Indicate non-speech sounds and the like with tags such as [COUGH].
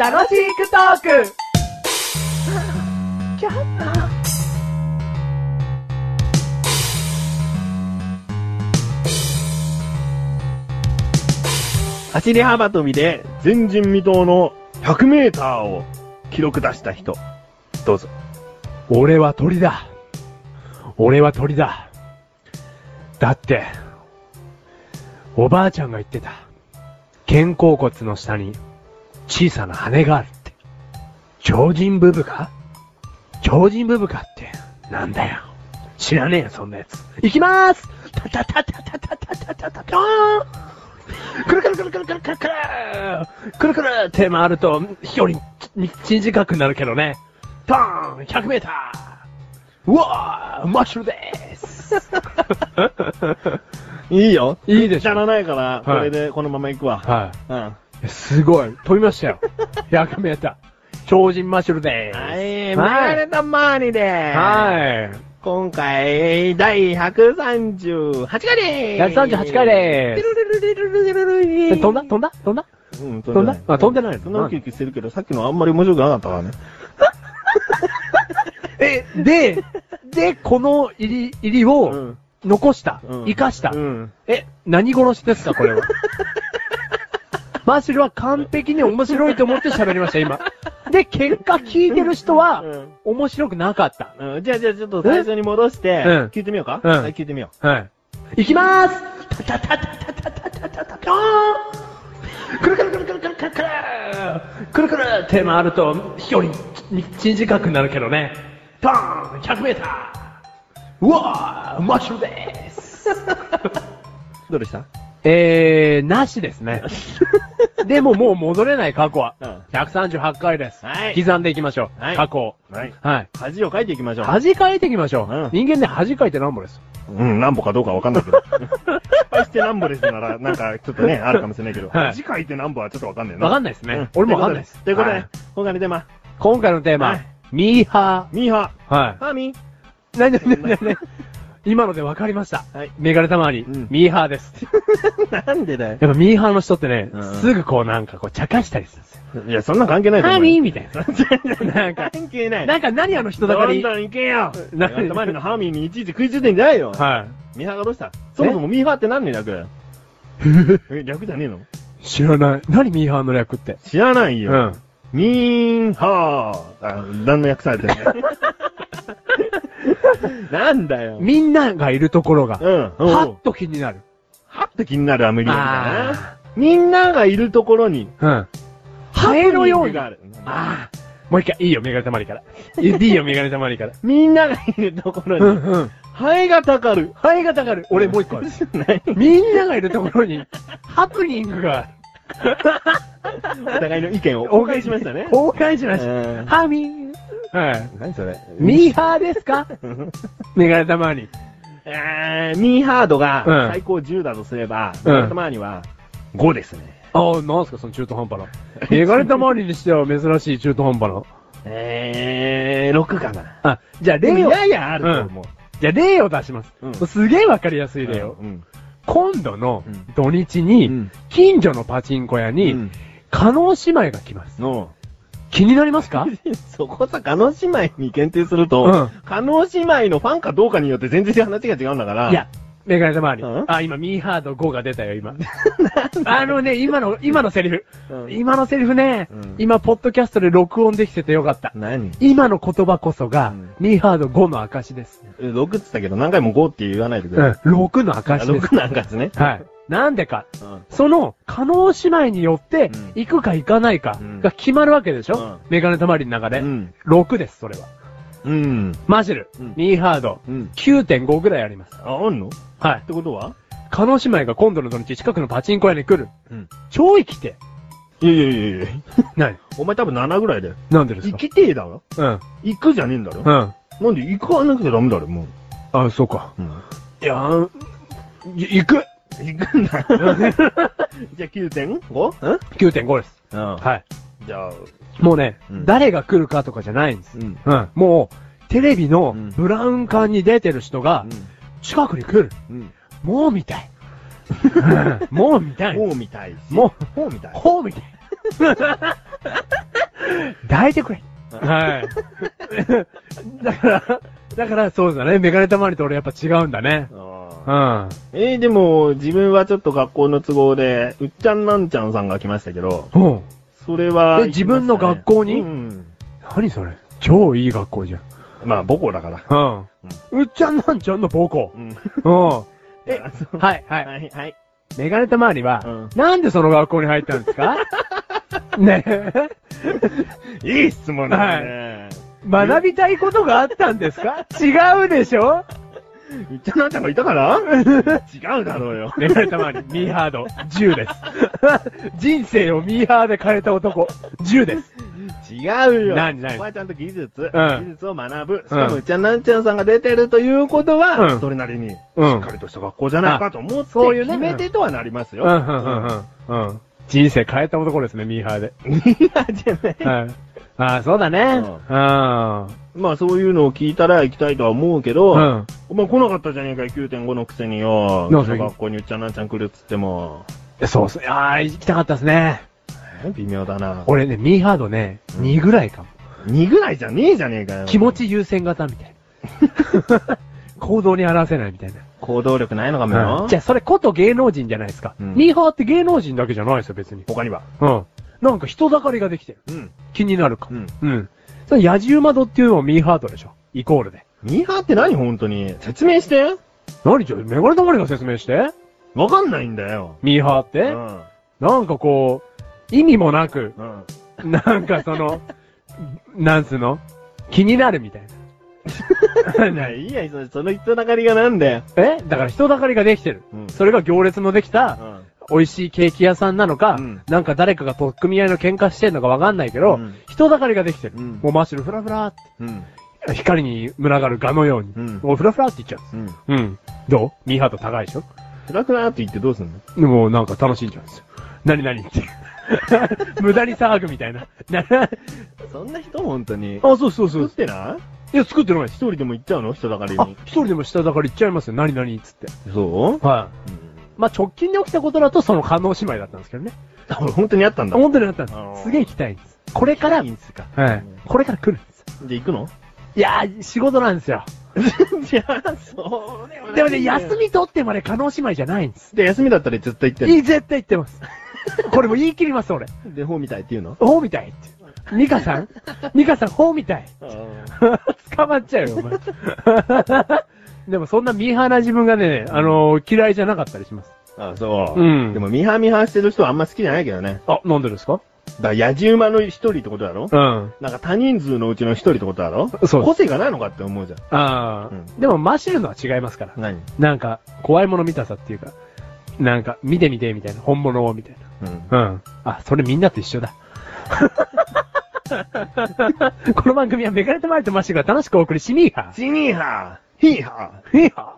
楽しくトーク走り幅跳びで前人未到の100メーターを記録出した人。どうぞ。俺は鳥だ。俺は鳥だ。だって、おばあちゃんが言ってた。肩甲骨の下に小さな羽があるって。超人ブブか超人ブブかって、なんだよ。知らねえよ、そんなやつ。行きまーすタタタタタタタタタタターンくるくるくるくるくるくるくるくるくるって回ると、飛距離に短くなるけどね。ドーン !100 メーターうわーマッシュルでーすいいよ。いいでし知ょらないから、こはいれでこのまま行くわ。はうん。い。すごい。飛びましたよ。100メーター。超人マッシュルではーい、マれたまーにでーす。す。はい。今回、第138回でーす。 138回でーすす。ルルルルルルルルえ飛んだ飛んだ飛んだうん、飛んだあ、飛んでないそんなのウキウキしてるけど、さっきのあんまり面白くなかったからね。え、で、で、この入り、入りうをん残した。うん生かしたう。ん。え、何殺しですか、これ [LAUGHS] は。マッシュルは完璧に面白いと思って喋りました、今。で、結果聞いてる人はうん、面白くなかった。うんじゃあ、じゃあ、ちょっと最初に戻してうん、聞いてみようか。うんはい聞いてみよはい。行きまーすタタタタタタタタタタドーンくるくるくるくるくるくるくるくるくるって回ると、飛距離に短くなるけどね。ドーン !100 メーターうわーマッシュルでーすう。どうでしたえー、なしです [LAUGHS] ね。でももう戻れない過去は。うん138回です。はい刻んでいきましょう。はい過去を。はいはい。恥をかいていきましょう。恥かいていきましょう。うん人間ね、恥かいてなんぼです。うん、何歩かどうかわかんない [LAUGHS] けど。失敗して何歩ですなら、なんかちょっとね、あるかもしれないけど、はい次回って何歩はちょっとわかんないな。わかんないですね。うん俺もわかんないです。ということで、は今回のテーマ、今回のテーマ、はいミーハミーハー。はー。ハーミーい。なになになになに今ので分かりました。はいメガネたまわり、うんミーハーです。 [LAUGHS] なんでだよ。やっぱミーハーの人ってね、うんすぐこうなんかこう茶化したりするんですよ。いや、そんな関係ないとハ思ーうミーよ。みたいな。なんか関係ない。なんか何あの人だかどんり。どん行けよな頭まりのハーミーにいちいち食いついてんじゃないよ、はミーハーがどうしたそもそもミーハーって何の略だよえ、略じゃねえのい。 [LAUGHS] 知らない。何ミーハーの略って。知らないうよ。ん。ミーハー。あ、何の訳されてる [LAUGHS] なんだよ。みんながいるところが、うん。ははっと気になる。はって気になるアメリカみたいあな。みんながいるところに、うん。ハエのように。があある。あー。もう一回、いいよ、メガネたま [LAUGHS] りから。いいよ、メガネたまりから。みんながいるとこうろに、んうん。ハエがたかる。 [LAUGHS] ハエがたがる。俺もう一個ある。何みんながいるところに、ハプニングが、お互いの意見を公開しましたね。崩壊しました。うんハミン。はい。何それミーハーですかメガネたまに。えー、ミーハードうんが最高10だとすれば、うんメガネたまには5ですね。ああ、なんすか、その中途半端な。 [LAUGHS] メガネたまににしては珍しい中途半端えー、6かな。な。あ、じゃあでも例を、ややあると思う。じゃあ例を出します。うんすげえわかりやすい例を。うん。今度のうん土日うにん、近所のパチンコ屋うにん、加納姉妹が来ます。の、気になります [LAUGHS] かそこさ、カノ姉妹に限定するうとん、カノ姉妹のファンかどうかによって全然話が違うんだから。いや、メガネたまにうん。あ、今、ミーハード5が出たよ、今。 [LAUGHS] あのね、今の、今のセリフ。うん、今のセリフね、うん今、ポッドキャストで録音できててよかった。何今の言葉こそが、うんミーハード5の証です。え ?6 って言ったけど何回も5って言わないでくうん、ださい。 6のあ証です。 6なんかです [LAUGHS] ね。はい。なんでか。うんその、可能姉妹によってうん、行くか行かないかうんが決まるわけでしょ、うんメガネたまりの中で。うん6です、それは。うん。マジル、うんミーハード、うん。 9.5ぐらいあります。あ、あんのっはい。てことは可能姉妹が今度の土日近くのパチンコ屋に来る。うん。超生きて。いやいやいやいや何お前多分7ぐらいだよ。なんでです生かきてえだろうん。行くじゃねえんだろうん。なんで行かなくちゃダメだろ、もう。あ、そうか。うん。いやー、い行く行くん [LAUGHS] だ。じゃあ 9.5? ん !9.5 です。うん。はい。じゃあ、もうね、うん誰が来るかとかじゃないんです。うん。うん。もう、テレビのうんブラウン管に出てる人が、近くに来る。うん。 [LAUGHS] もう見たい。もう見たい。もう見たいし。もう、もう見たい。ほうみたい。抱いてくれ。はい。だから、だからそうだね。メガネたまりと俺やっぱ違うんだね。うんうん。えーでも、自分はちょっと学校の都合で、うっちゃんなんちゃんさんが来ましたけど、うん。それは、え自分の学校にうん。何それ超いい学校じゃん。まあ、母校だから。うん。うっちゃんなんちゃんの母校。うん。う [LAUGHS] え、ん。はい、は。はいい、はい。メガネたまりは、うんなんでその学校に入ったんですかねえ。いい質問だね。学びたいことがあったんですか違うでしょうっちゃんなんちゃんがいたから [LAUGHS] 違うだろうよ。メガネたまに、ミーハード、10です。人生をミーハーで変えた男、10です。違うよ。何何おばあちゃんと技術、うん技術を学ぶ。しかも、うっちゃんなんちゃんさんが出てるということは、うんそれなりに、しうっか。りとした学校じゃないかと思って、そういうね決め手とはなりますよ。うん、うん、うん、うん。人生変えた男ですね、ミーハーで。いや、じゃない。はい。ああ、そうだね。う [LAUGHS] まあ、そういうのを聞いたら行きたいとは思うけど、ん。うん。お前来なかったじゃねえかよ、9.5のくせによ。なあうちの学校にうっちゃんなんちゃん来るっつっても、そうっすね。ああ、行きたかったですね。え微妙だな。俺ね、ミーハードね、うん2ぐらいかも。 2ぐらいじゃねえじゃねえかよ。気持。ち優先型みたい [LAUGHS] な。行動に表せないみたいな。行動力ないのかもよ。じゃあ、それこと芸能人じゃないですか。うんミーハーって芸能人だけじゃないですよ、別に。他には。うん。なんか人だかりができてる。うん。気になるかう。ん。うん。その野じ馬ドっていうのもミーハートでしょ。イコールで。ミーハーって何本当に説明して何じゃ、メガネたまりが説明してわかんないんだよ。ミーハーって、うん。なんかこう、意味もなく、 [LAUGHS] うん。なんかその、なんつうの気になるみたいな。いや、いいや、そのその人だかりがなんだよ。 [LAUGHS] えだから人だかりができてる。うんそれが行列のできうた、ん。美味しいケーキ屋さんなのか、うんなんか誰かが取っ組み合いの喧嘩してんのかわかんないけど、うん人だかりができてる。うんもう真っ白、ふらふらって。うん。光に群がる蛾のように。うんもうふらふらっていっちゃう。うん。うん。どうミーハート高いでしょふらふらって言ってどうすんのでもなんか楽しんじゃうんですよ。何々って。 [LAUGHS] 無駄に騒ぐみたいな。な [LAUGHS] あ、そんな人本当に。そうそうそ作っう。てないいや、作ってないで一す。人でも行っちゃうの人だかりあに、。一人でも下だから行っちゃいますよ。何々っつって。そうはい。まあ、直近で起きたことだとその可能姉妹だったんですけどね。あ、俺本当にあったんだ。本当にあったんあのでーす。すげえ行きたいんです。これから、いいんすか。はい。これから来るんです。じゃあ行くのいやー、仕事なんですよ。じゃあ、そうででもね、休み。み取ってまで可能姉妹じゃないんです。で、休みだったら絶対行っていんい、絶対行ってます。これも言い切ります、俺。の。で、本みたいって言うのほうみたいって。ミカさんミカさん、ほうみたい。捕まっちゃうよ、お前。 [LAUGHS] でもそんなミーハーな自分がね、あのー嫌いじゃなかったりします。あ、そう。うんでも、ミハミハしてる人はあんま好きじゃないけどね。あ、なんでですかだから、野じ馬の一人ってことだろうん。なんか、他人数のうちの一人ってことだろそうです個性がないのかって思うじゃん。ああ、うんでもマシルのは違いますから。何なんか、怖いもの見たさっていうか、なんか、見てみて、みたいな。本物を、みたいうん。な。うん。あ、それみんなと一緒 [LAUGHS] だ。この番組はメガネとマリとマシルが楽しくお送りしミーハー。シニーハーヒーハミーハ